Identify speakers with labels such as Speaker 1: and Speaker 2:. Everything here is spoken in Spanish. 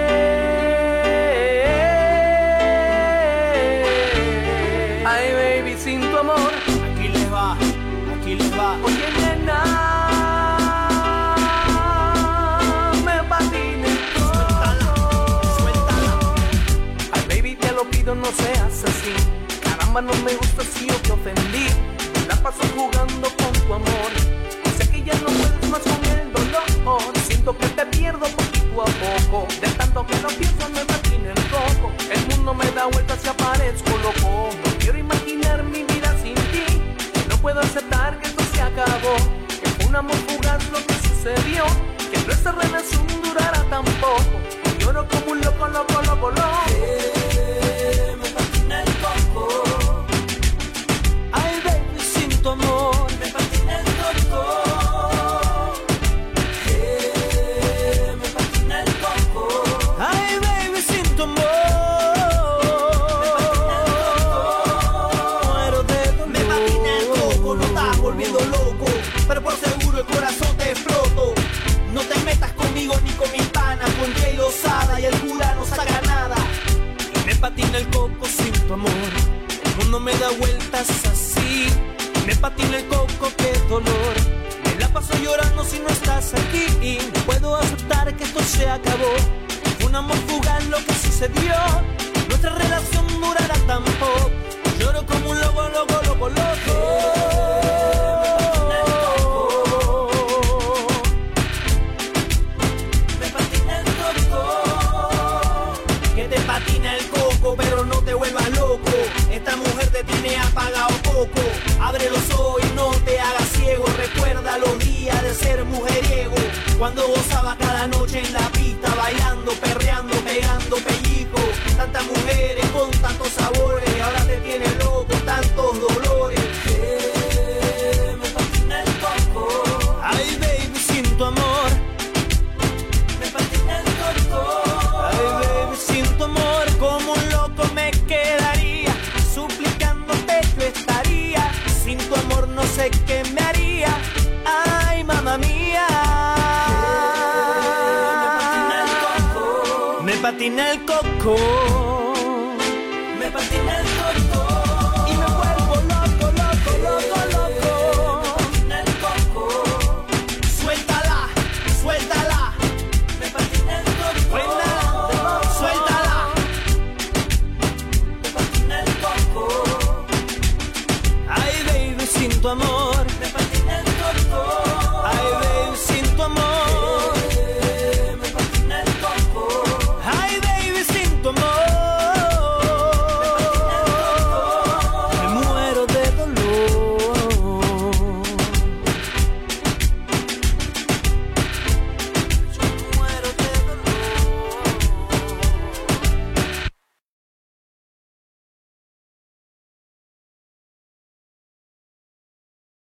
Speaker 1: Eh.
Speaker 2: no seas así. Caramba, no me gusta si yo te ofendí. La paso jugando con tu amor. Y sé que ya no puedes más con el dolor. Siento que te pierdo poquito a poco. De tanto que lo pienso me imagino el coco. El mundo me da vueltas y aparezco loco. No quiero imaginar mi vida sin ti. No puedo aceptar que esto se acabó. Que fue un amor fugaz lo que sucedió. Que nuestra relación durará tan poco. Y lloro como un loco, loco, loco, loco.
Speaker 1: Eh, me patina el coco. Ay, baby, sin tu amor, me patina el coco. Eh, me patina el coco. Ay, baby, sin tu amor. Muero de dolor.
Speaker 3: Me patina el coco, lo estás volviendo loco. Pero por seguro el corazón te exploto. No te metas conmigo ni con mis panas, con Jay Lozada y el cura no saca nada.
Speaker 1: Me patina el coco sin tu amor. El mundo me da vueltas así. Me patina el coco, qué dolor. Me la paso llorando si no estás aquí. Y no puedo aceptar que esto se acabó. Fue Un amor fugaz lo que sucedió. Nuestra relación durará tan poco. Lloro como un lobo, loco, loco, loco.
Speaker 3: Me patina el coco. Que te patina el coco, pero no te vuelvas loco. Esta mujer te tiene apagado poco. Abre los ojos y no te hagas ciego. Recuerda los días de ser mujeriego. Cuando gozaba cada noche en la pista, bailando, perreando, pegando pellico. Tantas mujeres con tantos sabores. Ahora te tiene loco, tantos dolores.
Speaker 1: Eh, me patina el coco. Ay, baby, sin tu amor. Me patina el coco. Ay, baby, sin tu amor, como un loco me quedaría. Suplicándote yo estaría. Sin tu amor no sé qué me haría. Ay, mamá mía. Me patina el coco.